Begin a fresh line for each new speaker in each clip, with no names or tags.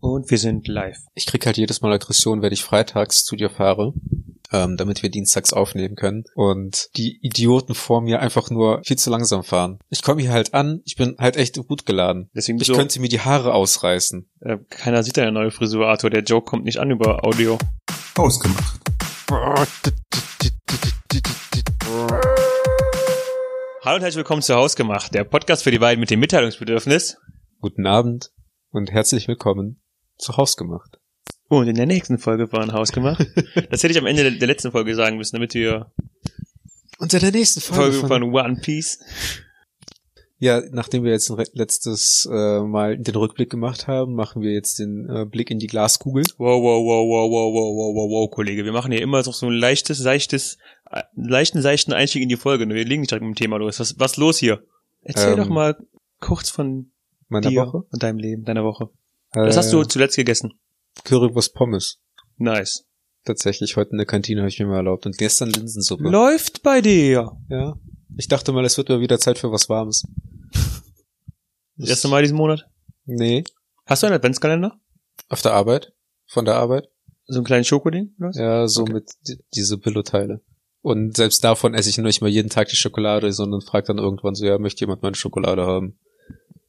Und wir sind live.
Ich krieg halt jedes Mal Aggression, wenn ich freitags zu dir fahre, ähm, damit wir dienstags aufnehmen können und die Idioten vor mir einfach nur viel zu langsam fahren. Ich komme hier halt an, ich bin halt echt gut geladen.
Deswegen
Ich
so,
könnte mir die Haare ausreißen.
äh, keiner sieht deine neue Frisur, Arthur. Der Joke kommt nicht an über Audio.
Ausgemacht.
Hallo und herzlich willkommen zu Hausgemacht, der Podcast für die beiden mit dem Mitteilungsbedürfnis.
Guten Abend und herzlich willkommen zu Hausgemacht.
Und in der nächsten Folge war ein Hausgemacht. Das hätte ich am Ende der, der letzten Folge sagen müssen, damit wir
Und in der nächsten
Folge von One Piece.
Ja, nachdem wir jetzt ein re- letztes äh, Mal den Rückblick gemacht haben, machen wir jetzt den äh, Blick in die Glaskugel.
Wow, wow, wow, wow, wow, wow, wow, wow, wow, Kollege. Wir machen hier immer noch so ein leichtes, seichtes, äh, leichten, seichten Einstieg in die Folge. Wir legen nicht direkt mit dem Thema los. Was, was los hier? Erzähl
Ähm,
doch mal kurz von
Meiner
dir
Woche.
und deinem Leben, deiner Woche.
Äh,
Was hast du zuletzt gegessen?
Currywurst Pommes.
Nice.
Tatsächlich, heute in der Kantine habe ich mir mal erlaubt. Und gestern Linsensuppe.
Läuft bei dir.
Ja. Ich dachte mal, es wird mal wieder Zeit für was Warmes.
Das erste Mal diesen Monat.
Nee.
Hast du einen Adventskalender?
Auf der Arbeit? Von der Arbeit?
So einen kleinen Schokoding? Oder was?
Ja, so
Okay.
mit di- diese Billo-Teile. Und selbst davon esse ich noch nicht mal jeden Tag die Schokolade, sondern frage dann irgendwann so, ja, möchte jemand meine Schokolade haben?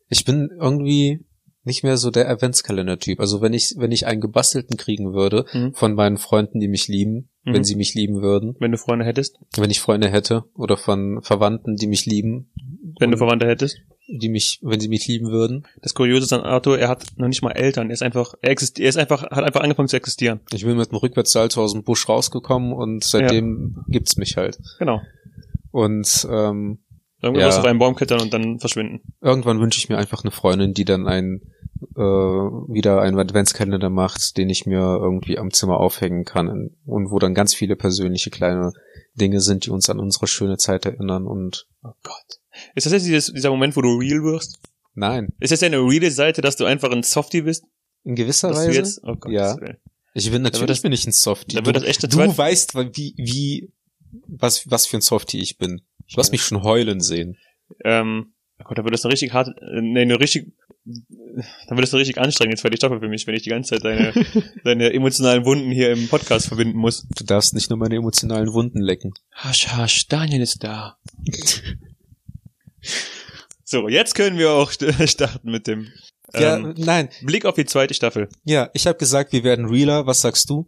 Ich bin irgendwie nicht mehr so der Adventskalender-Typ. Also wenn ich, wenn ich einen gebastelten kriegen würde
Mhm.
von meinen Freunden, die mich lieben,
Mhm.
wenn sie mich lieben würden,
Wenn du Freunde hättest?
wenn ich Freunde hätte oder von Verwandten, die mich lieben,
Wenn du
Und-
Verwandte hättest?
die mich, wenn sie mich lieben würden.
Das Kuriose ist an Arthur, er hat noch nicht mal Eltern. Er ist einfach, er, exist er ist einfach, hat einfach angefangen zu existieren.
Ich bin mit einem Rückwärtssalto aus dem Busch rausgekommen und seitdem gibt's mich halt.
Genau.
Und ähm,
Irgendwann
Ja.
wirst du auf einen Baum klettern und dann verschwinden.
irgendwann wünsche ich mir einfach eine Freundin, die dann ein äh, wieder einen Adventskalender macht, den ich mir irgendwie am Zimmer aufhängen kann und wo dann ganz viele persönliche kleine Dinge sind, die uns an unsere schöne Zeit erinnern und
Oh Gott. Ist das jetzt dieses, dieser Moment, wo du real wirst?
nein,
Ist das eine reale Seite, dass du einfach ein Softie bist?
in gewisser
Dass du
Weise.
jetzt, oh Gott,
Ja.
das will-
ich bin natürlich
das-
bin ich ein Softie.
dann wird
Du,
das echt eine
du
zweite,
weißt, wie wie was was für ein Softie ich bin. Ich lass mich schon heulen sehen.
ähm, oh Gott, da wird das eine richtig harte, äh, nee, eine richtig, dann wird das eine richtig anstrengende zweite Staffel für mich, wenn ich die ganze Zeit deine, deine emotionalen Wunden hier im Podcast verbinden muss.
Du darfst nicht nur meine emotionalen Wunden lecken.
Hasch, hasch, Daniel ist da. so, jetzt können wir auch st- starten mit dem
Ja,
ähm,
nein.
Blick auf die zweite Staffel.
Ja, ich habe gesagt, wir werden realer. Was sagst du?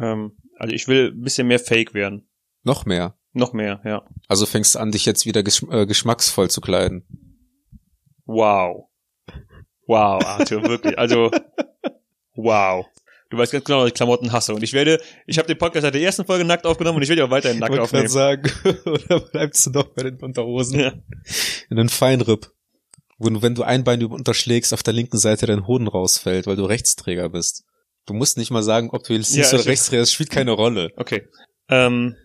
Ähm, also ich will ein bisschen mehr Fake werden.
Noch mehr.
Noch mehr, ja.
Also fängst du an, dich jetzt wieder geschm- äh, geschmacksvoll zu kleiden.
Wow. Wow, Arthur, wirklich. Also, wow. Du weißt ganz genau, dass ich Klamotten hasse. Und ich werde, ich habe den Podcast seit der ersten Folge nackt aufgenommen und ich werde auch weiterhin nackt
Wollte grad
aufnehmen.
sagen, oder bleibst du noch bei den Unterhosen?
Ja.
In den Feinripp. Wo du, wenn du ein Bein über- unterschlägst, auf der linken Seite dein Hoden rausfällt, weil du Rechtsträger bist. Du musst nicht mal sagen, ob du links
Ja,
oder
ich-
Rechtsträger bist, spielt keine Rolle.
Okay. Ähm,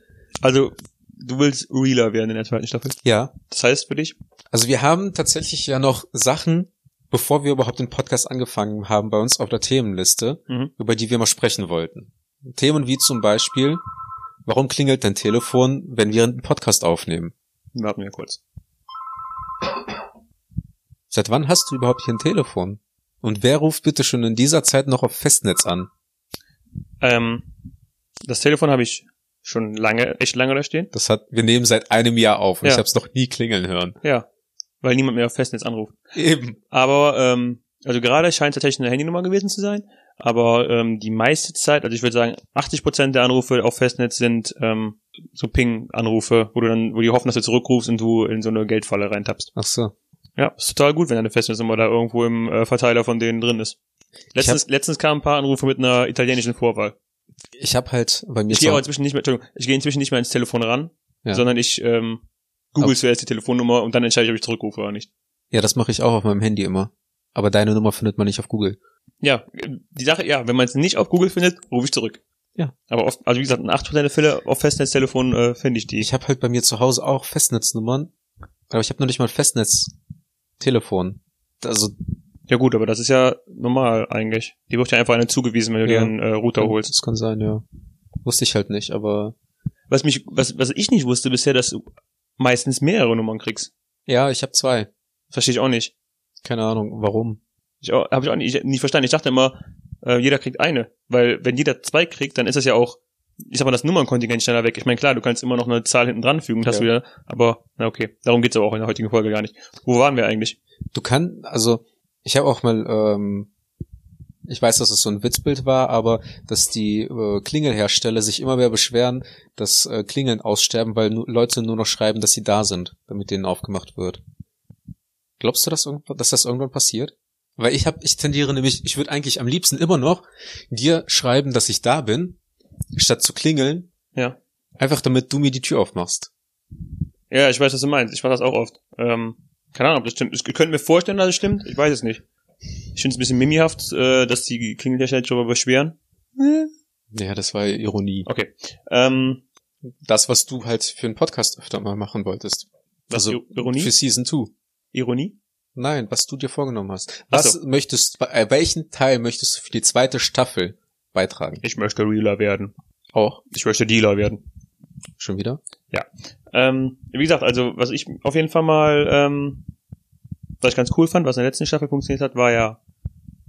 also, du willst realer werden in der zweiten Staffel.
Ja.
Das heißt für dich?
Also wir haben tatsächlich ja noch Sachen, bevor wir überhaupt den Podcast angefangen haben, bei uns auf der Themenliste,
Mhm.
über die wir mal sprechen wollten. Themen wie zum Beispiel, warum klingelt dein Telefon, wenn wir einen Podcast aufnehmen?
Warten wir kurz.
Seit wann hast du überhaupt hier ein Telefon? Und wer ruft bitte schon in dieser Zeit noch auf Festnetz an?
Ähm, das Telefon habe ich schon lange, echt lange da stehen.
Das hat, wir nehmen seit einem Jahr auf und
Ja.
ich habe es noch nie klingeln hören.
Ja. Weil niemand mehr auf Festnetz anruft.
Eben.
Aber ähm, also gerade scheint es tatsächlich eine Handynummer gewesen zu sein. Aber ähm, die meiste Zeit, also ich würde sagen, 80% der Anrufe auf Festnetz sind ähm, so Ping-Anrufe, wo du dann, wo die hoffen, dass du zurückrufst und du in so eine Geldfalle reintappst.
Ach so.
Ja, ist total gut, wenn deine Festnetznummer da irgendwo im äh, Verteiler von denen drin ist. Letztens, letztens kamen ein paar Anrufe mit einer italienischen Vorwahl.
Ich habe halt bei mir
Ich gehe auch
zu,
inzwischen nicht mehr, Entschuldigung, ich gehe inzwischen nicht mehr ins Telefon ran,
Ja.
sondern ich ähm, google zuerst die Telefonnummer und dann entscheide ich, ob ich zurückrufe oder nicht.
ja, das mache ich auch auf meinem Handy immer. Aber deine Nummer findet man nicht auf Google.
Ja, die Sache, ja, wenn man es nicht auf Google findet, rufe ich zurück.
Ja.
Aber oft, also wie gesagt, in 8% der Fälle auf Festnetztelefon äh, finde ich die.
Ich habe halt bei mir zu Hause auch Festnetznummern, aber ich habe noch nicht mal ein Festnetztelefon. Also
Ja gut, aber das ist ja normal eigentlich. Die wird ja einfach eine zugewiesen, wenn du
Ja. Mhm.
dir einen äh, Router holst.
das kann sein, ja. Wusste ich halt nicht, aber
Was mich, was, was ich nicht wusste bisher, dass du meistens mehrere Nummern kriegst.
ja, ich habe zwei.
Verstehe ich auch nicht.
Keine Ahnung, warum.
Ich auch- Hab ich auch nicht, nicht verstanden. Ich dachte immer, äh, jeder kriegt eine. Weil wenn jeder zwei kriegt, dann ist das ja auch, ich sag mal, das Nummernkontingent schneller weg. Ich meine, klar, du kannst immer noch eine Zahl hinten dran fügen, und hast
Ja.
du wieder, aber na okay, darum geht's aber auch in der heutigen Folge gar nicht. Wo waren wir eigentlich?
Du kannst, also ich habe auch mal, ähm, ich weiß, dass es so ein Witzbild war, aber dass die äh, Klingelhersteller sich immer mehr beschweren, dass äh, Klingeln aussterben, weil nu Leute nur noch schreiben, dass sie da sind, damit denen aufgemacht wird. Glaubst du, dass, irgendwann, dass das irgendwann passiert? Weil ich hab, ich tendiere nämlich, ich würde eigentlich am liebsten immer noch dir schreiben, dass ich da bin, statt zu klingeln,
Ja.
einfach damit du mir die Tür aufmachst.
Ja, ich weiß, was du meinst. Ich mache das auch oft. Ähm, keine Ahnung, ob das stimmt. Ich könnte mir vorstellen, dass es stimmt. Ich weiß es nicht. Ich finde es ein bisschen mimihaft, äh, dass die Klingelhersteller sich darüber beschweren.
Ja, das war Ironie.
Okay. Ähm,
das, was du halt für einen Podcast öfter mal machen wolltest.
Was,
also
I- Ironie?
für Season 2.
Ironie?
Nein, was du dir vorgenommen hast.
Ach
Was möchtest, äh, welchen Teil möchtest du für die zweite Staffel beitragen?
Ich möchte Realer werden.
Auch.
Ich möchte Dealer werden.
Schon wieder?
Ähm, wie gesagt, also was ich auf jeden Fall mal, ähm, was ich ganz cool fand, was in der letzten Staffel funktioniert hat, war ja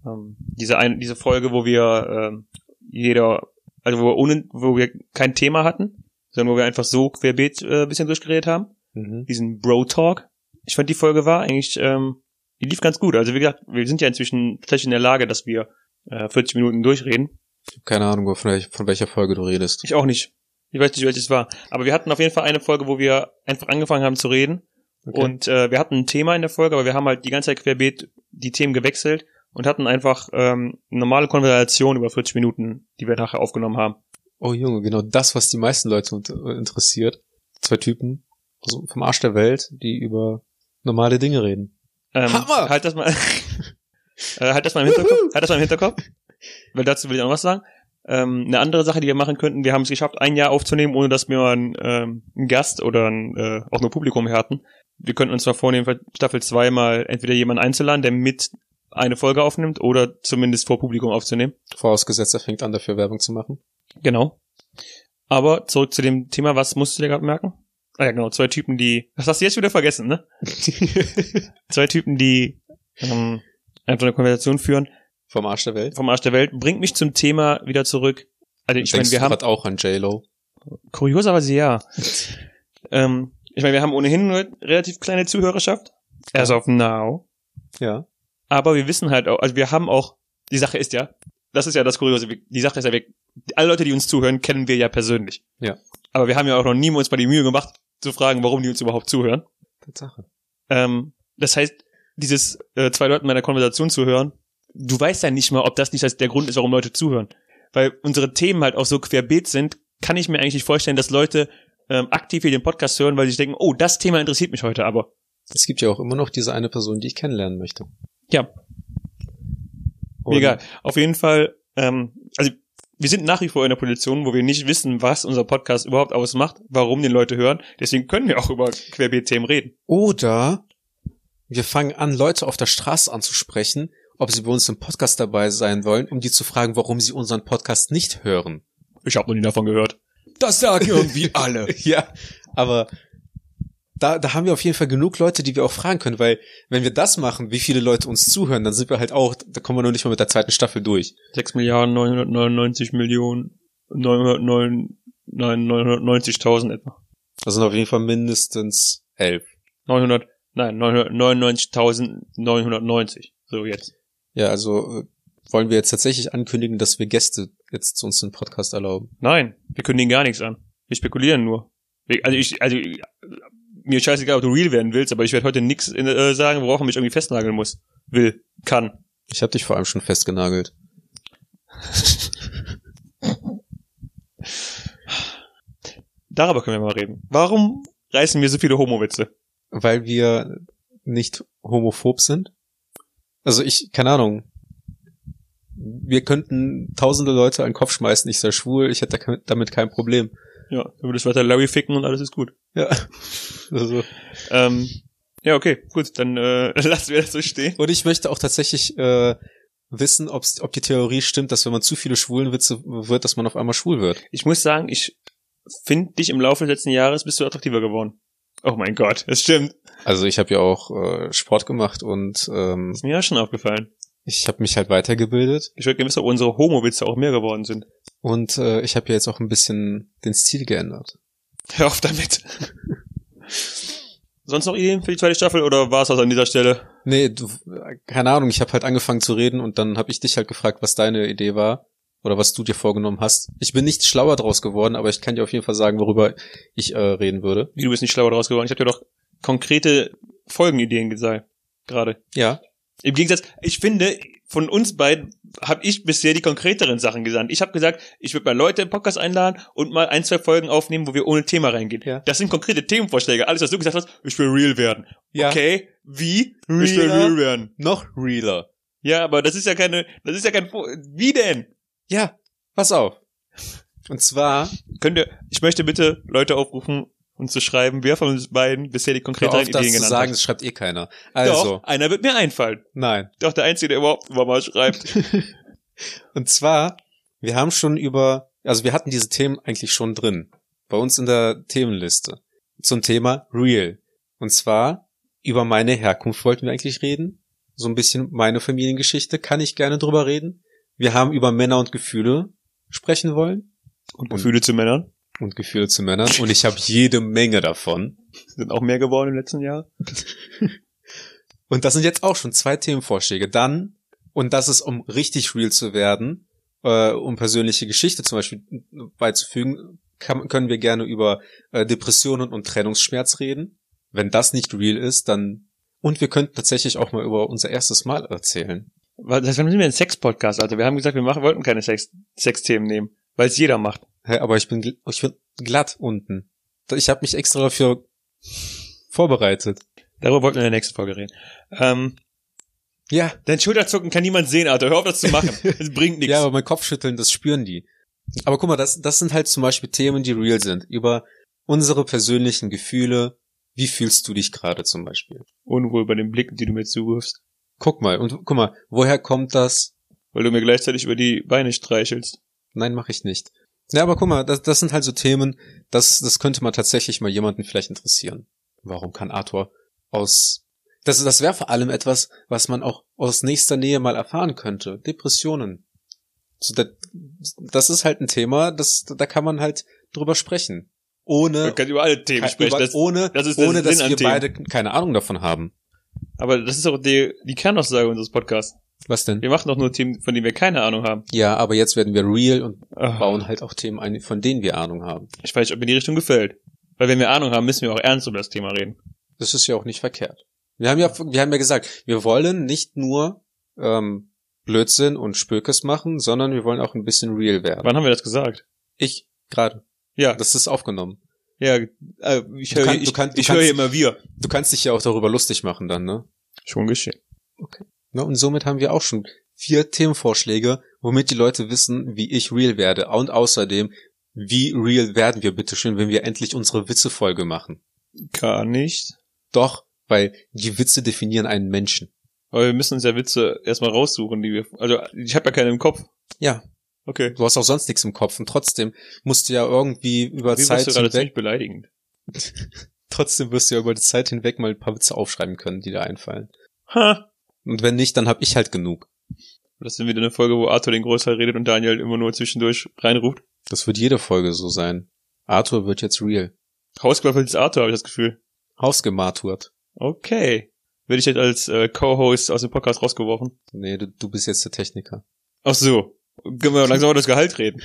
ähm, diese eine, diese Folge, wo wir ähm, jeder, also wo wir ohne, wo wir kein Thema hatten, sondern wo wir einfach so querbeet äh, ein bisschen durchgeredet haben. diesen Bro-Talk. Ich fand die Folge war eigentlich, ähm, die lief ganz gut. Also wie gesagt, wir sind ja inzwischen tatsächlich in der Lage, dass wir äh, 40 Minuten durchreden.
Ich hab keine Ahnung, von, welch- von welcher Folge du redest.
Ich auch nicht. Ich weiß nicht, welches war. Aber wir hatten auf jeden Fall eine Folge, wo wir einfach angefangen haben zu reden. Und äh, wir hatten ein Thema in der Folge, aber wir haben halt die ganze Zeit querbeet die Themen gewechselt und hatten einfach ähm, eine normale Konversation über 40 Minuten, die wir nachher aufgenommen haben.
oh Junge, genau das, was die meisten Leute int- äh, interessiert. Zwei Typen also vom Arsch der Welt, die über normale Dinge reden.
Ähm,
Hammer!
Halt das mal, äh, halt das mal im Hinterkopf. Halt das mal im Hinterkopf. Weil dazu will ich auch noch was sagen. Ähm, eine andere Sache, die wir machen könnten, wir haben es geschafft, ein Jahr aufzunehmen, ohne dass wir mal einen, ähm, einen Gast oder ein, äh, auch nur Publikum hier hatten. Wir könnten uns zwar vornehmen, für Staffel 2 mal entweder jemanden einzuladen, der mit eine Folge aufnimmt oder zumindest vor Publikum aufzunehmen.
Vorausgesetzt, er fängt an, dafür Werbung zu machen.
Genau. Aber zurück zu dem Thema, was musst du dir gerade merken? Ah ja, genau, zwei Typen, die. Das hast du jetzt wieder vergessen, ne? Zwei Typen, die ähm, einfach eine Konversation führen.
vom Arsch der Welt.
vom Arsch der Welt, bringt mich zum Thema wieder zurück. Also ich meine,
Denkst
wir
du
haben
grad auch an J-Lo.
kurioserweise ja. ähm, ich meine, wir haben ohnehin nur relativ kleine Zuhörerschaft. As of now.
Ja.
Aber wir wissen halt auch, also wir haben auch, die Sache ist ja, das ist ja das Kuriose, wir- die Sache ist ja, wir, alle Leute, die uns zuhören, kennen wir ja persönlich.
Ja.
Aber wir haben ja auch noch nie uns mal die Mühe gemacht, zu fragen, warum die uns überhaupt zuhören.
Tatsache.
Ähm, das heißt, dieses äh, zwei Leuten meiner Konversation zu hören, du weißt ja nicht mal, ob das nicht das, der Grund ist, warum Leute zuhören. Weil unsere Themen halt auch so querbeet sind, kann ich mir eigentlich nicht vorstellen, dass Leute ähm, aktiv hier den Podcast hören, weil sie sich denken, oh, das Thema interessiert mich heute aber.
Es gibt ja auch immer noch diese eine Person, die ich kennenlernen möchte.
Ja,
Und-
Egal. Auf jeden Fall, ähm, also wir sind nach wie vor in der Position, wo wir nicht wissen, was unser Podcast überhaupt ausmacht, warum den Leute hören. Deswegen können wir auch über Querbeet-Themen reden.
Oder wir fangen an, Leute auf der Straße anzusprechen, ob sie bei uns im Podcast dabei sein wollen, um die zu fragen, warum sie unseren Podcast nicht hören.
Ich habe noch nie davon gehört.
Das sagen irgendwie alle. ja, aber da, da haben wir auf jeden Fall genug Leute, die wir auch fragen können, weil wenn wir das machen, wie viele Leute uns zuhören, dann sind wir halt auch, da kommen wir noch nicht mal mit der zweiten Staffel durch.
6 Milliarden 999 Millionen 909 nein, 990.000 etwa.
Das sind auf jeden Fall mindestens elf.
900, nein, 999.990. So jetzt.
Ja, also äh, wollen wir jetzt tatsächlich ankündigen, dass wir Gäste jetzt zu uns in den Podcast erlauben.
Nein, wir kündigen gar nichts an. Wir spekulieren nur. Wir, also ich, also ich- mir scheißegal, ob du real werden willst, aber ich werde heute nichts äh, sagen, worauf man mich irgendwie festnageln muss. Will, kann.
Ich habe dich vor allem schon festgenagelt.
Darüber können wir mal reden. Warum reißen wir so viele Homo-Witze?
weil wir nicht homophob sind? Also ich, keine Ahnung. Wir könnten tausende Leute an den Kopf schmeißen, ich sei schwul, ich hätte da kein- damit kein Problem.
Ja, dann würdest du weiter Larry ficken und alles ist gut.
Ja. Also.
Ähm, ja, okay, gut, dann äh, lassen wir das so stehen.
Und ich möchte auch tatsächlich äh, wissen, ob's, ob die Theorie stimmt, dass wenn man zu viele schwulen Witze wird, dass man auf einmal schwul wird.
Ich muss sagen, ich finde dich im Laufe des letzten Jahres bist du attraktiver geworden. Oh mein Gott, das stimmt.
Also ich habe ja auch äh, Sport gemacht und ähm,
Ist mir ja schon aufgefallen.
Ich habe mich halt weitergebildet
Ich würde gerne wissen, ob unsere Homo-Witze auch mehr geworden sind.
und äh, ich habe ja jetzt auch ein bisschen den Stil geändert.
Hör auf damit. Sonst noch Ideen für die zweite Staffel oder war es das an dieser Stelle?
Nee, du, keine Ahnung, ich habe halt angefangen zu reden und dann habe ich dich halt gefragt, was deine Idee war oder was du dir vorgenommen hast. Ich bin nicht schlauer draus geworden, aber ich kann dir auf jeden Fall sagen, worüber ich äh, reden würde.
Wie, du bist nicht schlauer daraus geworden. Ich habe dir doch konkrete Folgenideen gesagt. Gerade.
Ja,
Im Gegensatz, ich finde, von uns beiden habe ich bisher die konkreteren Sachen gesandt. Ich habe gesagt, ich würde mal Leute im Podcast einladen und mal ein, zwei Folgen aufnehmen, wo wir ohne Thema reingehen.
Ja.
Das sind konkrete Themenvorschläge. Alles, was du gesagt hast, ich will real werden.
Ja.
Okay, wie? Ich will
Realer.
real werden.
noch realer.
Ja, aber das ist ja keine, das ist ja kein, Vor- wie denn?
Ja, pass auf. Und zwar
Könnt ihr, ich möchte bitte Leute aufrufen, uns zu schreiben, wer von uns beiden bisher die
Hör
konkreteren
auf,
Ideen
das zu
genannt
sagen,
hat.
das schreibt eh keiner.
Doch,
Also,
einer wird mir einfallen.
nein.
Doch, der Einzige, der überhaupt immer mal schreibt.
Und zwar, wir haben schon über, also wir hatten diese Themen eigentlich schon drin. Bei uns in der Themenliste. Zum Thema Real. Und zwar, über meine Herkunft wollten wir eigentlich reden. So ein bisschen meine Familiengeschichte, kann ich gerne drüber reden. Wir haben über Männer und Gefühle sprechen wollen.
Und Gefühle zu Männern
Und Gefühle zu Männern. Und ich habe jede Menge davon.
sind auch mehr geworden im letzten Jahr.
Und das sind jetzt auch schon zwei Themenvorschläge. Dann, und das ist, um richtig real zu werden, äh, um persönliche Geschichte zum Beispiel beizufügen, kann, können wir gerne über äh, Depressionen und Trennungsschmerz reden. Wenn das nicht real ist, dann... Und wir könnten tatsächlich auch mal über unser erstes Mal erzählen.
Was, das heißt, wir sind ja ein Sex-Podcast, Alter. Wir haben gesagt, wir machen, wollten keine Sex- Sex-Themen nehmen, weil es jeder macht.
Hä, aber ich bin, gl- ich bin glatt unten. Ich habe mich extra dafür vorbereitet.
Darüber wollten wir in der nächsten Folge reden. Ähm,
Ja,
dein Schulterzucken kann niemand sehen, Alter. Hör auf, das zu machen. Das bringt nichts.
Ja, aber mein Kopfschütteln, das spüren die. Aber guck mal, das, das sind halt zum Beispiel Themen, die real sind. Über unsere persönlichen Gefühle. Wie fühlst du dich gerade zum Beispiel?
Unwohl bei den Blicken, die du mir zuwirfst,
Guck mal, und guck mal, woher kommt das?
weil du mir gleichzeitig über die Beine streichelst.
Nein, mache ich nicht. Ja, aber guck mal, das, das sind halt so Themen, das, das könnte man tatsächlich mal jemanden vielleicht interessieren. Warum kann Arthur aus... Das, das wäre vor allem etwas, was man auch aus nächster Nähe mal erfahren könnte. Depressionen. So, das, das ist halt ein Thema, das, da kann man halt drüber sprechen. Ohne,
Man kann über alle Themen
kein-
sprechen.
über,
Das,
ohne,
das ist der
ohne dass
Sinn an
wir
Themen.
beide keine Ahnung davon haben.
aber das ist auch die, die Kernaussage unseres Podcasts.
Was denn?
Wir machen doch nur Themen, von denen wir keine Ahnung haben.
Ja, aber jetzt werden wir real und
Ah,
bauen halt auch Themen ein, von denen wir Ahnung haben.
Ich weiß nicht, ob mir die Richtung gefällt. Weil wenn wir Ahnung haben, müssen wir auch ernst über das Thema reden.
Das ist ja auch nicht verkehrt. Wir haben ja, wir haben ja gesagt, wir wollen nicht nur ähm, Blödsinn und Spökes machen, sondern wir wollen auch ein bisschen real werden.
Wann haben wir das gesagt?
Ich gerade.
Ja,
Das ist aufgenommen.
ja. äh, Ich
Du
höre
kann- du
ich,
kann- du
ich höre
kannst-
hier immer wir.
Du kannst dich ja auch darüber lustig machen dann, ne?
Schon geschehen.
Na, Ne, und somit haben wir auch schon vier Themenvorschläge, womit die Leute wissen, wie ich real werde. Und außerdem, wie real werden wir bitteschön, wenn wir endlich unsere Witze-Folge machen?
Gar nicht.
Doch, weil die Witze definieren einen Menschen.
Aber wir müssen uns ja Witze erstmal raussuchen, die wir. Also ich habe ja keine im Kopf.
Ja.
Okay.
Du hast auch sonst nichts im Kopf und trotzdem musst du ja irgendwie über
Wie
Zeit
warst du gerade
hinweg
ziemlich beleidigend?
Trotzdem wirst du ja über die Zeit hinweg mal ein paar Witze aufschreiben können, die dir einfallen.
Ha!
Und wenn nicht, dann hab ich halt genug.
Das ist dann wieder eine Folge, wo Arthur den Großteil redet und Daniel immer nur zwischendurch reinruft.
Das wird jede Folge so sein. Arthur wird jetzt real.
Hausgewaffeltes ist Arthur, habe ich das Gefühl.
Hausgemarturt.
Okay. Werde ich jetzt als äh, Co-Host aus dem Podcast rausgeworfen?
Nee, du, du bist jetzt der Techniker.
Ach so. Können wir langsam über das Gehalt reden?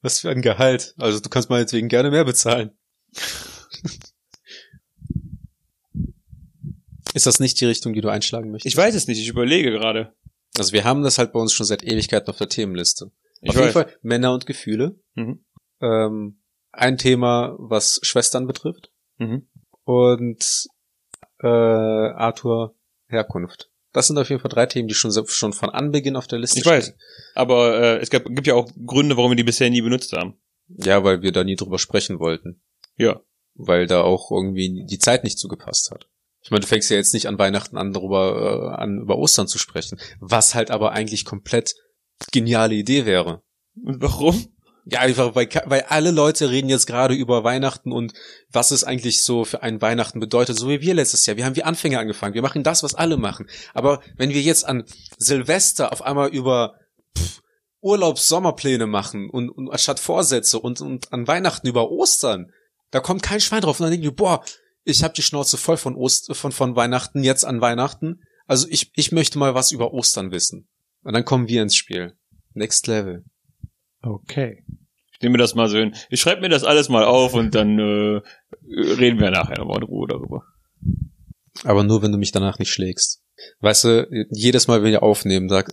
Was für ein Gehalt. Also du kannst meinetwegen gerne mehr bezahlen. Ist das nicht die Richtung, die du einschlagen möchtest?
Ich weiß es nicht, ich überlege gerade.
Also wir haben das halt bei uns schon seit Ewigkeiten auf der Themenliste.
Ich
auf jeden
weiß.
Fall Männer und Gefühle.
Mhm.
Ähm, ein Thema, was Schwestern betrifft.
Mhm.
und äh, Arthur Herkunft. Das sind auf jeden Fall drei Themen, die schon, se- schon von Anbeginn auf der Liste
Ich weiß. Aber äh, es gab, gibt ja auch Gründe, warum wir die bisher nie benutzt haben.
Ja, weil wir da nie drüber sprechen wollten.
Ja.
Weil da auch irgendwie die Zeit nicht zugepasst hat. Ich meine, du fängst ja jetzt nicht an Weihnachten an, darüber äh, an über Ostern zu sprechen. Was halt aber eigentlich komplett geniale Idee wäre.
Und warum?
Ja, einfach, weil, ke- weil alle Leute reden jetzt gerade über Weihnachten und was es eigentlich so für einen Weihnachten bedeutet, so wie wir letztes Jahr. Wir haben wie Anfänger angefangen. Wir machen das, was alle machen. Aber wenn wir jetzt an Silvester auf einmal über pff, Urlaubs-Sommerpläne machen und, und anstatt Vorsätze und, und an Weihnachten über Ostern, da kommt kein Schwein drauf und dann denken die, boah, ich habe die Schnauze voll von Ost von, von Weihnachten, jetzt an Weihnachten. Also ich, ich möchte mal was über Ostern wissen. Und dann kommen wir ins Spiel. Next Level.
Okay. Ich nehme das mal so hin. Ich schreibe mir das alles mal auf und dann äh, reden wir nachher nochmal in Ruhe darüber.
Aber nur, wenn du mich danach nicht schlägst. Weißt du, jedes Mal, wenn wir aufnehmen, sag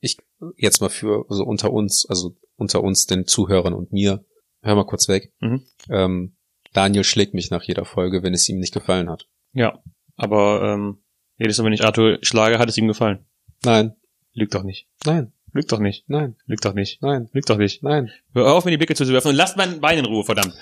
ich jetzt mal für, also unter uns, also unter uns, den Zuhörern und mir, hör mal kurz weg.
Mhm.
Ähm, Daniel schlägt mich nach jeder Folge, wenn es ihm nicht gefallen hat.
Ja. Aber ähm, jedes Mal, wenn ich Arthur schlage, hat es ihm gefallen.
Nein,
Lügt doch nicht.
nein,
Lügt doch nicht.
nein,
Lügt doch nicht.
nein,
Lügt doch nicht.
nein.
Hör auf, mir die Blicke zuzuwerfen und lasst mein Bein in Ruhe, verdammt.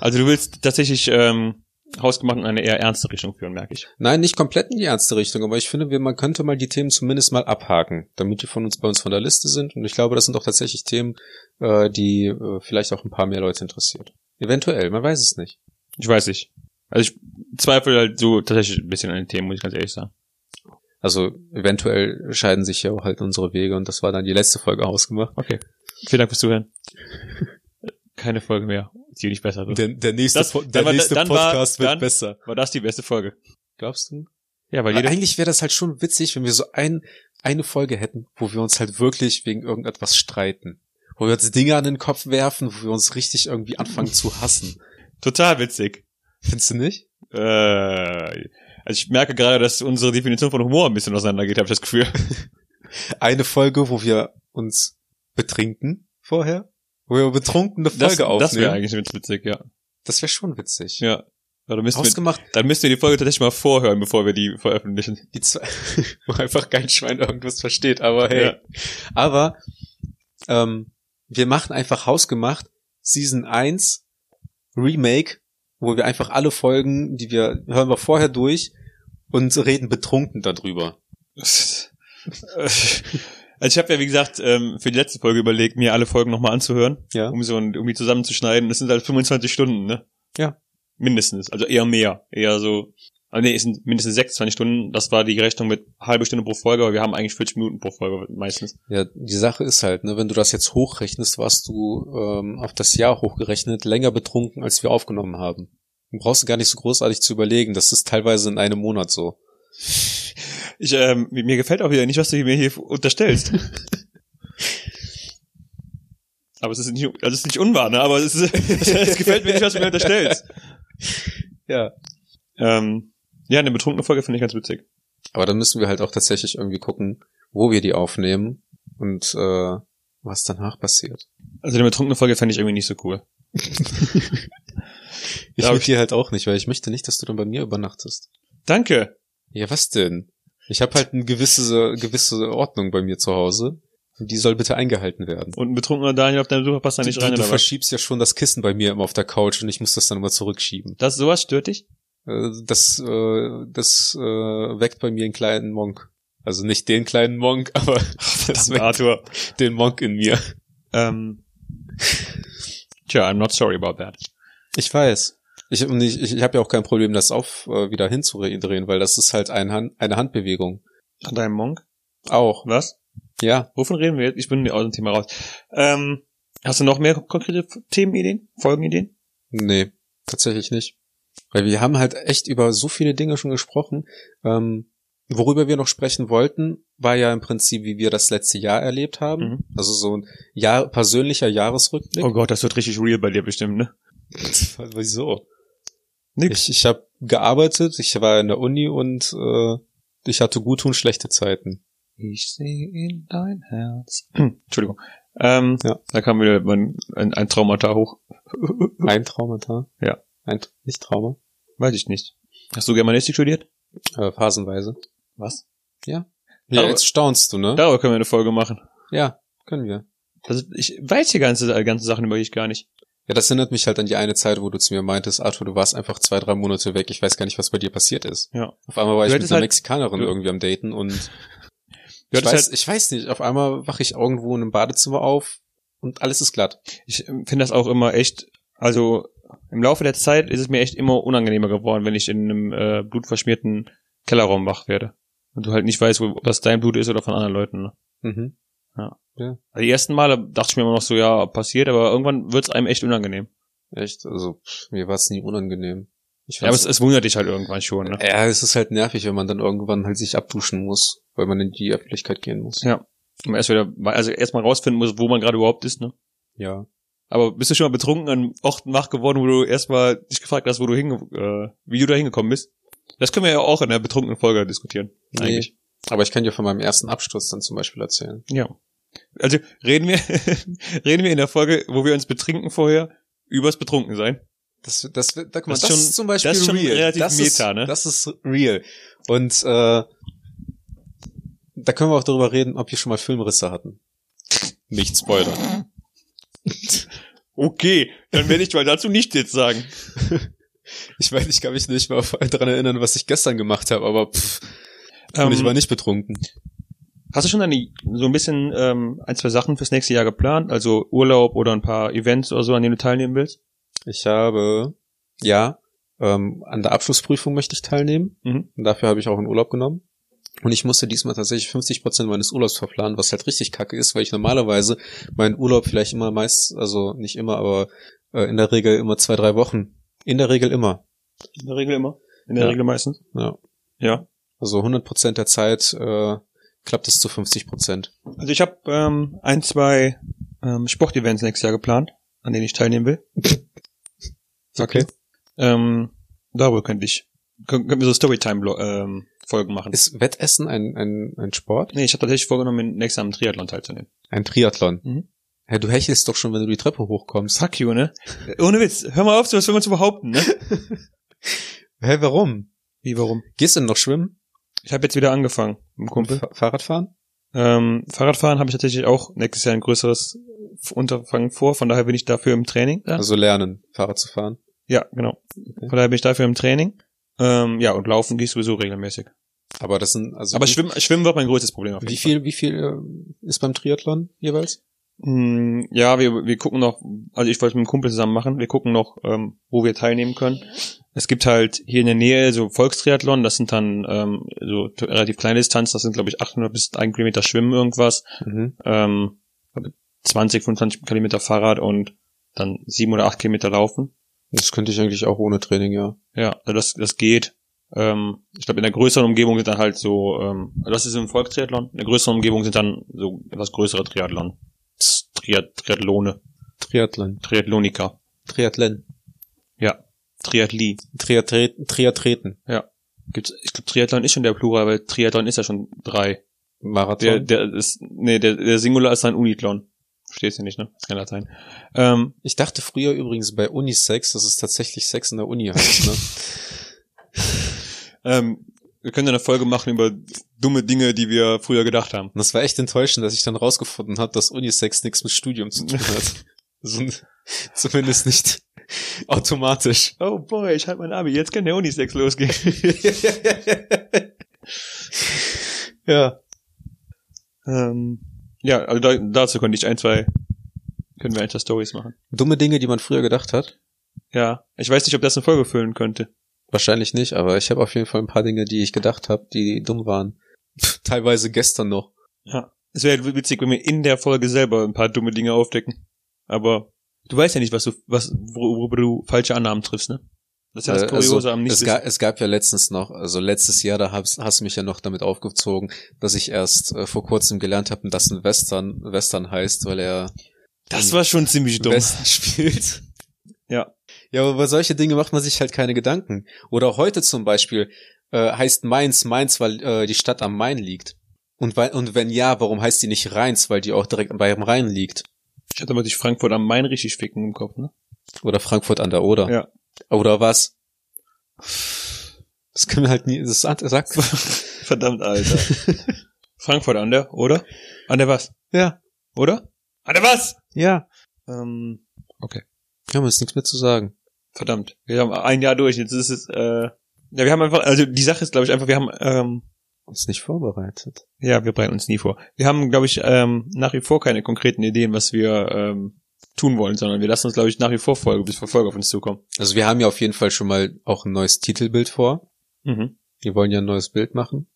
Also du willst tatsächlich ähm, hausgemacht in eine eher ernste Richtung führen, merke ich.
Nein, nicht komplett in die ernste Richtung, aber ich finde, wir, man könnte mal die Themen zumindest mal abhaken, damit die von uns bei uns von der Liste sind. Und ich glaube, das sind auch tatsächlich Themen, äh, die äh, vielleicht auch ein paar mehr Leute interessiert. Eventuell, man weiß es nicht.
Ich weiß nicht. Also ich zweifle halt so tatsächlich ein bisschen an den Themen, muss ich ganz ehrlich sagen.
Also eventuell scheiden sich ja auch halt unsere Wege und das war dann die letzte Folge ausgemacht.
Okay. Vielen Dank fürs Zuhören. Keine Folge mehr, die nicht besser wird.
Der, der nächste,
Das-
Po-
dann war- dann war- dann-
besser.
War das die beste Folge? Ah,
Glaubst du?
Ja, weil
Weil
jede,
eigentlich wäre das halt schon witzig, wenn wir so ein, eine Folge hätten, wo wir uns halt wirklich wegen irgendetwas streiten. Wo wir uns Dinge an den Kopf werfen, wo wir uns richtig irgendwie anfangen zu hassen.
total witzig.
Findest du nicht?
Äh, also ich merke gerade, dass unsere Definition von Humor ein bisschen auseinandergeht, habe ich das Gefühl.
Eine Folge, wo wir uns betrinken vorher. Wo wir betrunkene Folge
Das, das wäre
aufnehmen.
eigentlich ganz witzig, ja.
Das wäre schon witzig.
Ja. Ja, Dann müssten, wir,
Ausgemacht,
dann müssten wir die Folge tatsächlich mal vorhören, bevor wir die veröffentlichen.
die zwei, wo einfach kein Schwein irgendwas versteht, aber hey.
Ja.
Aber ähm, wir machen einfach hausgemacht Season 1 Remake, wo wir einfach alle Folgen, die wir hören wir vorher durch und reden betrunken darüber.
Also ich habe ja, wie gesagt, ähm, für die letzte Folge überlegt, mir alle Folgen nochmal anzuhören,
Ja.
um so ein, irgendwie zusammenzuschneiden. Das sind halt 25 Stunden, ne?
Ja.
Mindestens. Also eher mehr. Eher so. Ah, nee, es sind mindestens 26 Stunden. Das war die Rechnung mit halbe Stunde pro Folge, aber wir haben eigentlich 40 Minuten pro Folge meistens.
Ja, die Sache ist halt, ne, wenn du das jetzt hochrechnest, warst du ähm, auf das Jahr hochgerechnet länger betrunken, als wir aufgenommen haben. Du brauchst gar nicht so großartig zu überlegen. Das ist teilweise in einem Monat so.
Ich, ähm, mir gefällt auch wieder nicht, was du mir hier unterstellst. aber es ist nicht, also es ist nicht unwahr, ne? Aber es, ist, es gefällt mir nicht, was du mir unterstellst.
Ja.
Ähm, ja, eine betrunkene Folge finde ich ganz witzig.
Aber dann müssen wir halt auch tatsächlich irgendwie gucken, wo wir die aufnehmen und äh, was danach passiert.
Also eine betrunkene Folge fände ich irgendwie nicht so cool.
Ich
Ja,
mit dir halt auch nicht, weil ich möchte nicht, dass du dann bei mir übernachtest.
Danke.
Ja, was denn? Ich habe halt eine gewisse, gewisse Ordnung bei mir zu Hause. Und die soll bitte eingehalten werden.
Und ein betrunkener Daniel auf deinem Sofa passt da nicht
du,
rein,
du
oder was?
verschiebst ja schon das Kissen bei mir immer auf der Couch und ich muss das dann immer zurückschieben.
Das, sowas stört dich?
Äh, Das, äh, das äh, weckt bei mir einen kleinen Monk. Also nicht den kleinen Monk, aber das weckt
Arthur.
den Monk in mir.
Ähm, tja, I'm not sorry about that.
Ich weiß. Ich, und ich, ich, ich habe ja auch kein Problem, das auf äh, wieder hinzudrehen, weil das ist halt ein Hand, eine Handbewegung.
An deinem Monk?
Auch,
Was?
ja.
Wovon reden wir jetzt? Ich bin aus dem Thema raus. Ähm, hast du noch mehr konkrete Themenideen? Folgenideen?
Nee, tatsächlich nicht. Weil wir haben halt echt über so viele Dinge schon gesprochen. Ähm, worüber wir noch sprechen wollten, war ja im Prinzip, wie wir das letzte Jahr erlebt haben.
Mhm.
Also so ein Jahr, persönlicher Jahresrückblick.
Oh Gott, das wird richtig real bei dir bestimmt, ne?
Wieso?
Nix.
Ich, ich habe gearbeitet, ich war in der Uni und äh, ich hatte gut und schlechte Zeiten.
Ich sehe in dein Herz. Entschuldigung. Ähm,
Ja.
Da kam wieder mein, ein, ein Traumata hoch.
Ein Traumata?
Ja.
Ein nicht Trauma?
Weiß ich nicht. Hast du Germanistik studiert?
Äh, phasenweise.
Was?
Ja,
Aber-
jetzt staunst du, ne?
Darüber können wir eine Folge machen.
ja, können wir.
Das, ich weiß die ganze, ganzen Sachen über ich gar nicht.
Ja, das erinnert mich halt an die eine Zeit, wo du zu mir meintest, Arthur, du warst einfach zwei, drei Monate weg, ich weiß gar nicht, was bei dir passiert ist.
Ja.
Auf einmal war
Du
ich mit
hättest
einer
halt-
Mexikanerin
du-
irgendwie am Daten und
Du
ich
hattest
weiß, ich weiß nicht, auf einmal wache ich irgendwo in einem Badezimmer auf, und alles ist glatt.
Ich ähm, finde das auch immer echt, also im Laufe der Zeit ist es mir echt immer unangenehmer geworden, wenn ich in einem äh, blutverschmierten Kellerraum wach werde. Und du halt nicht weißt, wo, ob das dein Blut ist oder von anderen Leuten. Ne?
Mhm.
Also die ersten Male dachte ich mir immer noch so, ja, passiert, aber irgendwann wird's einem echt unangenehm.
Echt, also pff, mir war es nie unangenehm. Ich
Ja, aber
fand's-
es, es wundert dich halt irgendwann schon. Ne?
ja, es ist halt nervig, wenn man dann irgendwann halt sich abduschen muss, weil man in die Öffentlichkeit gehen muss.
Ja. Und man erst wieder, also erstmal rausfinden muss, wo man gerade überhaupt ist. Ne?
Ja.
Aber bist du schon mal betrunken an Orten wach geworden, wo du erstmal dich gefragt hast, wo du hinge äh, wie du da hingekommen bist? Das können wir ja auch in der betrunkenen Folge diskutieren.
Nee.
Eigentlich.
Aber ich kann dir von meinem ersten Absturz dann zum Beispiel erzählen.
Ja. Also reden wir, reden wir in der Folge, wo wir uns betrinken vorher, übers Betrunkensein.
Das, das, da, guck mal,
Das
das,
ist schon-
ist zum Beispiel
das ist schon
real.
relativ
das
meta,
ist,
ne?
Das ist real. Und äh, da können wir auch darüber reden, ob wir schon mal Filmrisse hatten. Nicht spoilern.
Okay, dann werde ich mal dazu nicht jetzt sagen.
Ich weiß, ich kann mich nicht mehr daran erinnern, was ich gestern gemacht habe, aber pff,
Ähm,
und ich war nicht betrunken.
Hast du schon eine, so ein bisschen ähm, ein, zwei Sachen fürs nächste Jahr geplant? Also Urlaub oder ein paar Events oder so, an denen du teilnehmen willst?
Ich habe, ja, ähm, an der Abschlussprüfung möchte ich teilnehmen.
Mhm.
Und dafür habe ich auch einen Urlaub genommen. Und ich musste diesmal tatsächlich 50% meines Urlaubs verplanen, was halt richtig kacke ist, weil ich normalerweise meinen Urlaub vielleicht immer meist, also nicht immer, aber äh, in der Regel immer zwei, drei Wochen. In der Regel immer.
In der Regel immer. In der
Ja.
Regel meistens.
Ja.
Ja.
Also 100% der Zeit äh, klappt es zu 50%.
Also ich habe ähm, ein, zwei ähm, Sportevents nächstes Jahr geplant, an denen ich teilnehmen will.
Okay.
Ähm, darüber könnte ich. Kön könnten wir so Storytime-Folgen machen.
Ist Wettessen ein, ein, ein Sport?
nee, ich habe tatsächlich vorgenommen, nächstes Jahr am Triathlon teilzunehmen.
Ein Triathlon.
Mhm.
Ja, du hechelst doch schon, wenn du die Treppe hochkommst.
Fuck you, ne? Ohne Witz. Hör mal auf, sowas will man zu behaupten, ne?
Hä, warum?
Wie, warum?
Gehst du denn noch schwimmen?
Ich habe jetzt wieder angefangen, mit dem Kumpel.
Fa- Fahrradfahren?
Ähm, Fahrradfahren habe ich tatsächlich auch nächstes Jahr ein größeres Unterfangen vor, von daher bin ich dafür im Training. Ja,
Also lernen, Fahrrad zu fahren.
ja genau. Von daher bin ich dafür im Training. Ähm, ja, und laufen gehe ich sowieso regelmäßig.
Aber das sind also
Aber
wie,
Schwimmen, Schwimmen wird mein größtes Problem. Auf jeden
wie
Fall.
viel wie viel ähm, ist beim Triathlon jeweils?
Mm, Ja, wir, wir gucken noch, also ich wollte es mit einem Kumpel zusammen machen, wir gucken noch, ähm, wo wir teilnehmen können. Es gibt halt hier in der Nähe so Volkstriathlon, das sind dann ähm, so t- relativ kleine Distanz, das sind glaube ich 800 bis 1 Kilometer Schwimmen irgendwas,
Mhm.
ähm, 20, 25 Kilometer Fahrrad und dann sieben oder acht Kilometer Laufen.
Das könnte ich eigentlich auch ohne Training, ja.
Ja, also das, das geht. Ähm, ich glaube, in der größeren Umgebung sind dann halt so, ähm, also das ist im Volkstriathlon, in der größeren Umgebung sind dann so etwas größere Triathlon. Triat Triathlone,
Triathlon,
Triathlonika.
Triathlon,
Ja, Triathli.
Triatreten, Triatreten,
Gibt's, ich glaube, Triathlon ist schon der Plural, weil Triathlon ist ja schon drei. Der,
Marathon.
der ist, nee, der, der Singular ist ein Unithlon. Verstehst du nicht, ne? Ist kein Latein. Ähm,
ich dachte früher übrigens bei Unisex, dass es tatsächlich Sex in der Uni heißt, ne?
ähm, wir können eine Folge machen über dumme Dinge, die wir früher gedacht haben.
Und das war echt enttäuschend, dass ich dann rausgefunden habe, dass Unisex nichts mit Studium zu tun hat. so, zumindest nicht automatisch.
Oh boy, ich halte mein Abi, jetzt kann der Unisex losgehen.
ja.
ähm, ja, also da, dazu könnte ich ein, zwei, können wir ein, zwei Stories machen.
Dumme Dinge, die man früher gedacht hat.
Ja, ich weiß nicht, ob das eine Folge füllen könnte.
Wahrscheinlich nicht, aber ich habe auf jeden Fall ein paar Dinge, die ich gedacht habe, die dumm waren. Teilweise gestern noch.
Es wäre halt witzig, wenn wir in der Folge selber ein paar dumme Dinge aufdecken. Aber du weißt ja nicht, was du, was, wor- worüber du falsche Annahmen triffst, ne? Das ist ja das
Äh,
Kuriose
also,
am
es,
Nichtwissen.
gab, es gab ja letztens noch, also letztes Jahr, da hast, hast du mich ja noch damit aufgezogen, dass ich erst äh, vor kurzem gelernt habe, dass ein Western Western heißt, weil er
Das war schon ziemlich dumm.
Western spielt.
Ja.
Ja, aber über solche Dinge macht man sich halt keine Gedanken. Oder heute zum Beispiel äh, heißt Mainz Mainz, weil äh, die Stadt am Main liegt. Und, weil, und wenn ja, warum heißt die nicht Rheins, weil die auch direkt beim Rhein liegt?
Ich hatte mal durch Frankfurt am Main richtig ficken im Kopf, ne?
Oder Frankfurt an der Oder.
Ja.
Oder was? Das können wir halt nie, das sagt, sagt
Verdammt, Alter. Frankfurt an der, oder? An der was?
Ja,
Oder? An der was?
ja.
Ähm,
Ja, man ist nichts mehr zu sagen.
verdammt. Wir haben ein Jahr durch, jetzt ist es, äh, ja, wir haben einfach, also die Sache ist, glaube ich, einfach, wir haben, ähm,
uns nicht vorbereitet.
Ja, wir bereiten uns nie vor. Wir haben, glaube ich, ähm, nach wie vor keine konkreten Ideen, was wir ähm, tun wollen, sondern wir lassen uns, glaube ich, nach wie vor Folge bis Verfolger auf uns zukommen.
Also wir haben ja auf jeden Fall schon mal auch ein neues Titelbild vor.
Mhm.
Wir wollen ja ein neues Bild machen.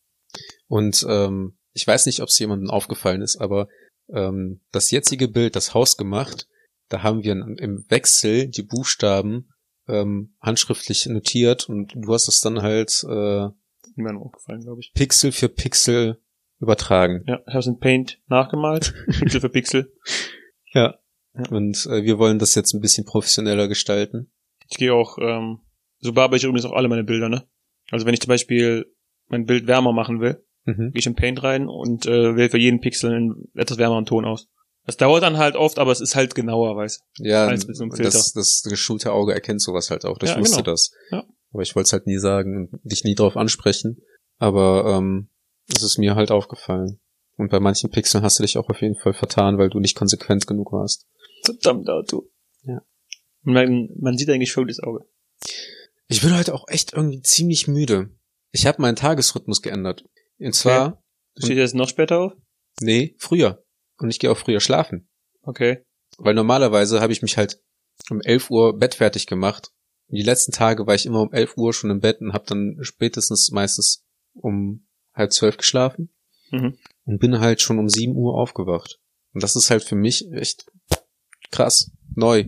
Und ähm, ich weiß nicht, ob es jemandem aufgefallen ist, aber ähm, das jetzige Bild, das Haus gemacht, da haben wir in- im Wechsel die Buchstaben ähm, handschriftlich notiert und du hast es dann halt äh,
Niemandem aufgefallen, glaube ich.
Pixel für Pixel übertragen.
Ja, ich habe es in Paint nachgemalt, Pixel für Pixel.
Ja. Und äh, wir wollen das jetzt ein bisschen professioneller gestalten.
Ich gehe auch, ähm, so barbe ich übrigens auch alle meine Bilder, ne? Also wenn ich zum Beispiel mein Bild wärmer machen will, gehe ich in Paint rein und äh, wähle für jeden Pixel einen etwas wärmeren Ton aus. Das dauert dann halt oft, aber es ist halt genauer, weißt du.
Ja,
Als mit so einem Filter.
das, das geschulte Auge erkennt sowas halt auch. Das
Ja,
wusste
genau.
das.
Ja.
Aber ich wollte es halt nie sagen und dich nie drauf ansprechen. Aber ähm, es ist mir halt aufgefallen. Und bei manchen Pixeln hast du dich auch auf jeden Fall vertan, weil du nicht konsequent genug warst.
Verdammt, Auto.
Ja.
Man, man sieht ein geschultes Auge.
Ich bin heute auch echt irgendwie ziemlich müde. Ich habe meinen Tagesrhythmus geändert. Und zwar,
Du stehst jetzt noch später auf?
nee, früher. Und ich gehe auch früher schlafen.
Okay.
Weil normalerweise habe ich mich halt um 11 Uhr Bett fertig gemacht. Die letzten Tage war ich immer um 11 Uhr schon im Bett und habe dann spätestens meistens um halb zwölf geschlafen
Mhm.
und bin halt schon um 7 Uhr aufgewacht. Und das ist halt für mich echt krass neu,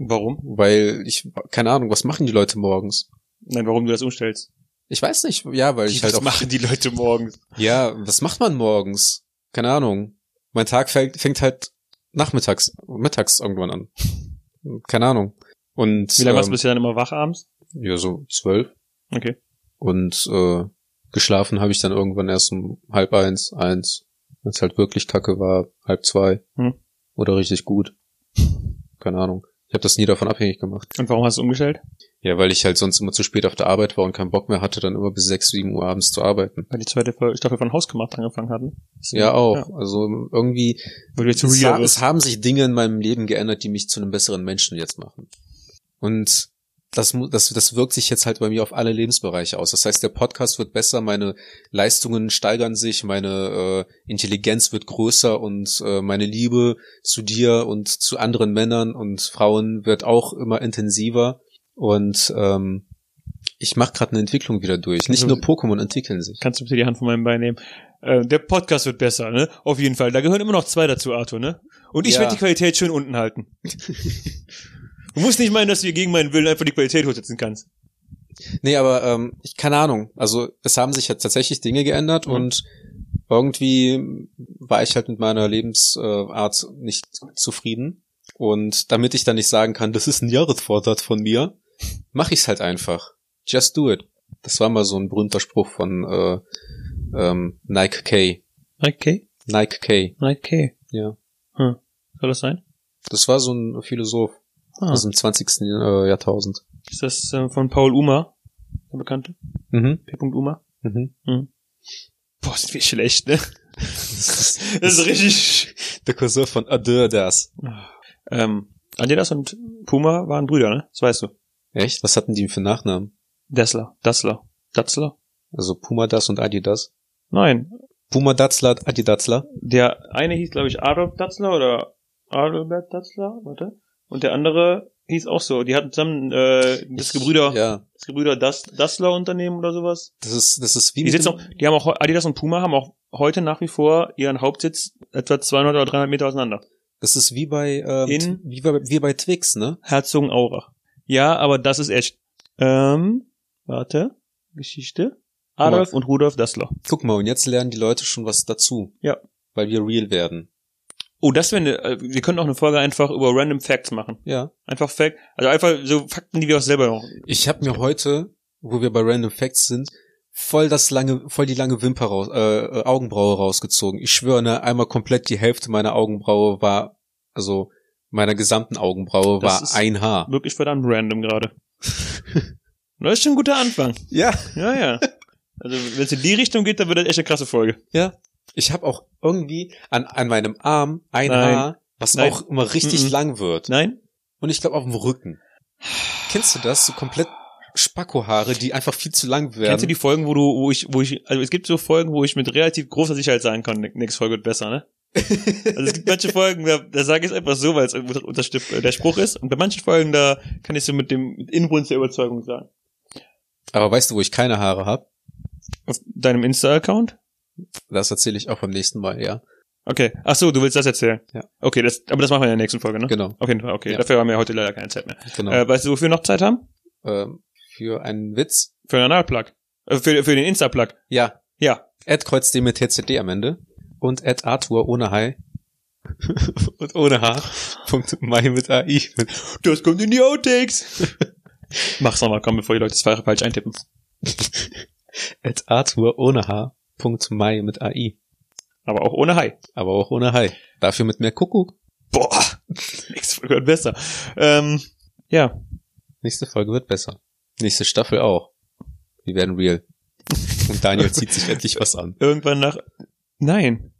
Warum?
weil ich keine Ahnung, was machen die Leute morgens?
Nein, warum du das umstellst?
Ich weiß nicht, ja, weil ich halt auch
machen die Leute morgens.
ja, was macht man morgens? Keine Ahnung. Mein Tag fängt, fängt halt nachmittags, mittags irgendwann an. Keine Ahnung. Und
Wie lange warst
ähm,
du bisher dann immer wach abends?
Ja, so zwölf.
Okay.
Und äh, geschlafen habe ich dann irgendwann erst um halb eins, eins, wenn es halt wirklich kacke war, halb zwei.
Hm.
Oder richtig gut. Keine Ahnung. Ich habe das nie davon abhängig gemacht.
Und warum hast du es umgestellt?
Ja, weil ich halt sonst immer zu spät auf der Arbeit war und keinen Bock mehr hatte, dann immer bis sechs, sieben Uhr abends zu arbeiten.
Weil die zweite Fol- Staffel von Hausgemacht angefangen hatten.
Ja, auch. Also irgendwie,
Weil du jetzt
es,
real
ha es
wirst.
haben sich Dinge in meinem Leben geändert, die mich zu einem besseren Menschen jetzt machen. Und das, mu- das, das wirkt sich jetzt halt bei mir auf alle Lebensbereiche aus. Das heißt, der Podcast wird besser, meine Leistungen steigern sich, meine äh, Intelligenz wird größer und äh, meine Liebe zu dir und zu anderen Männern und Frauen wird auch immer intensiver. Und ähm, ich mache gerade eine Entwicklung wieder durch. Nicht
Also-
nur Pokémon entwickeln sich.
Kannst du bitte die Hand von meinem Bein nehmen? Äh, der Podcast wird besser, ne? Auf jeden Fall. Da gehören immer noch zwei dazu, Arthur, ne? Und ich
Ja.
werde die Qualität schön unten halten. du musst nicht meinen, dass du hier gegen meinen Willen einfach die Qualität hochsetzen kannst.
Nee, aber ähm, ich keine Ahnung. Also es haben sich jetzt tatsächlich Dinge geändert
Mhm.
und irgendwie war ich halt mit meiner Lebensart äh, Art nicht zufrieden. Und damit ich dann nicht sagen kann, das ist ein Jahresvorsatz von mir, mache ich es halt einfach. Just do it. Das war mal so ein berühmter Spruch von äh, ähm, Nike K.
Okay,
Nike K.
okay.
Ja.
Hm. Soll das sein?
Das war so ein Philosoph
Ah,
aus dem 20. Jahr- Jahrtausend.
Ist das äh, von Paul Uma, der Bekannte?
Mhm.
P. Uma?
Mhm.
Boah, sind wir schlecht, ne?
Das ist
Das ist richtig...
der Cousin von Adur das.
Ähm, Adidas und Puma waren Brüder, ne? Das weißt du.
Echt? Was hatten die für Nachnamen?
Dessler, Dassler, Datzler?
Also Puma das und Adidas.
Nein,
Puma Datzler, Adidatzler.
Der eine hieß, glaube ich, Adolf Datzler oder Adalbert Datzler, warte. Und der andere hieß auch so. Die hatten zusammen äh, das Gebrüder,
Ja,
das Gebrüder das Dassler Unternehmen oder sowas.
das ist, das ist wie
Die
mit
sitzen
dem,
auch, die haben auch heu- Adidas und Puma haben auch heute nach wie vor ihren Hauptsitz etwa 200 oder 300 Meter auseinander.
das ist wie bei, ähm,
In-
Tw- wie bei, wie bei Twix, ne?
Herzogenaurach. Ja, aber das ist echt. Ähm, warte, Geschichte. Adolf und Rudolf Dassler.
Guck mal, und jetzt lernen die Leute schon was dazu.
Ja.
Weil wir real werden.
Oh, das wäre eine, äh, wir können auch eine Folge einfach über Random Facts machen.
Ja.
Einfach Fact, also einfach so Fakten, die wir auch selber noch
Ich habe mir heute, wo wir bei Random Facts sind, voll das lange, voll die lange Wimper raus, äh, äh, Augenbraue rausgezogen. Ich schwöre, ne, einmal komplett die Hälfte meiner Augenbraue war, also meiner gesamten Augenbraue
Das
war
ist-
ein Haar.
wirklich verdammt random gerade. das ist schon ein guter Anfang.
Ja.
Ja, ja. Also, wenn es in die Richtung geht, dann wird das echt eine krasse Folge.
Ja. Ich habe auch irgendwie an, an meinem Arm ein
Nein.
Haar, was
Nein.
auch immer richtig
Mhm.
lang wird.
Nein?
Und ich glaube auf dem Rücken. Kennst du das? So komplett Spackohaare, die einfach viel zu lang werden.
Kennst du die Folgen, wo du, wo ich, wo ich, also es gibt so Folgen, wo ich mit relativ großer Sicherheit sagen kann, nächste Folge wird besser, ne? Also es gibt manche Folgen, da, da sage ich es einfach so, weil es unter, unter, äh, der Spruch ist. Und bei manchen Folgen, da kann ich so mit dem mit Inbrunst der Überzeugung sagen.
Aber weißt du, wo ich keine Haare habe?
Auf deinem Insta-Account?
Das erzähle ich auch beim nächsten Mal, ja.
Okay. Ach so, du willst das erzählen.
Ja.
Okay, das, aber das machen wir in der nächsten Folge, ne?
Genau.
Auf jeden Fall, okay.
Ja.
Dafür haben wir heute leider keine Zeit mehr.
genau.
Äh, weißt du, wofür wir noch Zeit haben?
Ähm, für einen Witz?
Für den Analplug. Äh, für, für den Insta-Plug.
Ja.
Ja.
Ed kreuzt den mit TCD am Ende. Und Ed Arthur ohne Hai. und ohne Haar. Punkt Mai mit AI.
Das kommt in die Outtakes. Mach's nochmal, komm, bevor die Leute das falsch eintippen.
Ed Arthur ohne Haar. Punkt Mai mit AI.
Aber auch ohne High.
Aber auch ohne Hai. Dafür mit mehr Kuckuck.
Boah, nächste Folge wird besser. Ähm, ja,
Nächste Folge wird besser. Nächste Staffel auch. Wir werden real. Und Daniel zieht sich endlich was an.
irgendwann nach. Nein.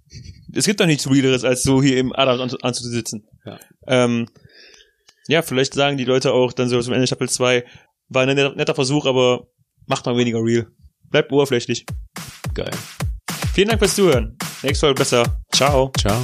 Es gibt doch nichts Realeres, als so hier im Adams an, anzusitzen.
Ja.
Ähm, ja, vielleicht sagen die Leute auch dann so zum Ende Staffel 2, war ein netter, netter Versuch, aber macht mal weniger real. Bleibt oberflächlich.
Geil.
Vielen Dank fürs Zuhören. Nächste Folge besser. Ciao.
Ciao.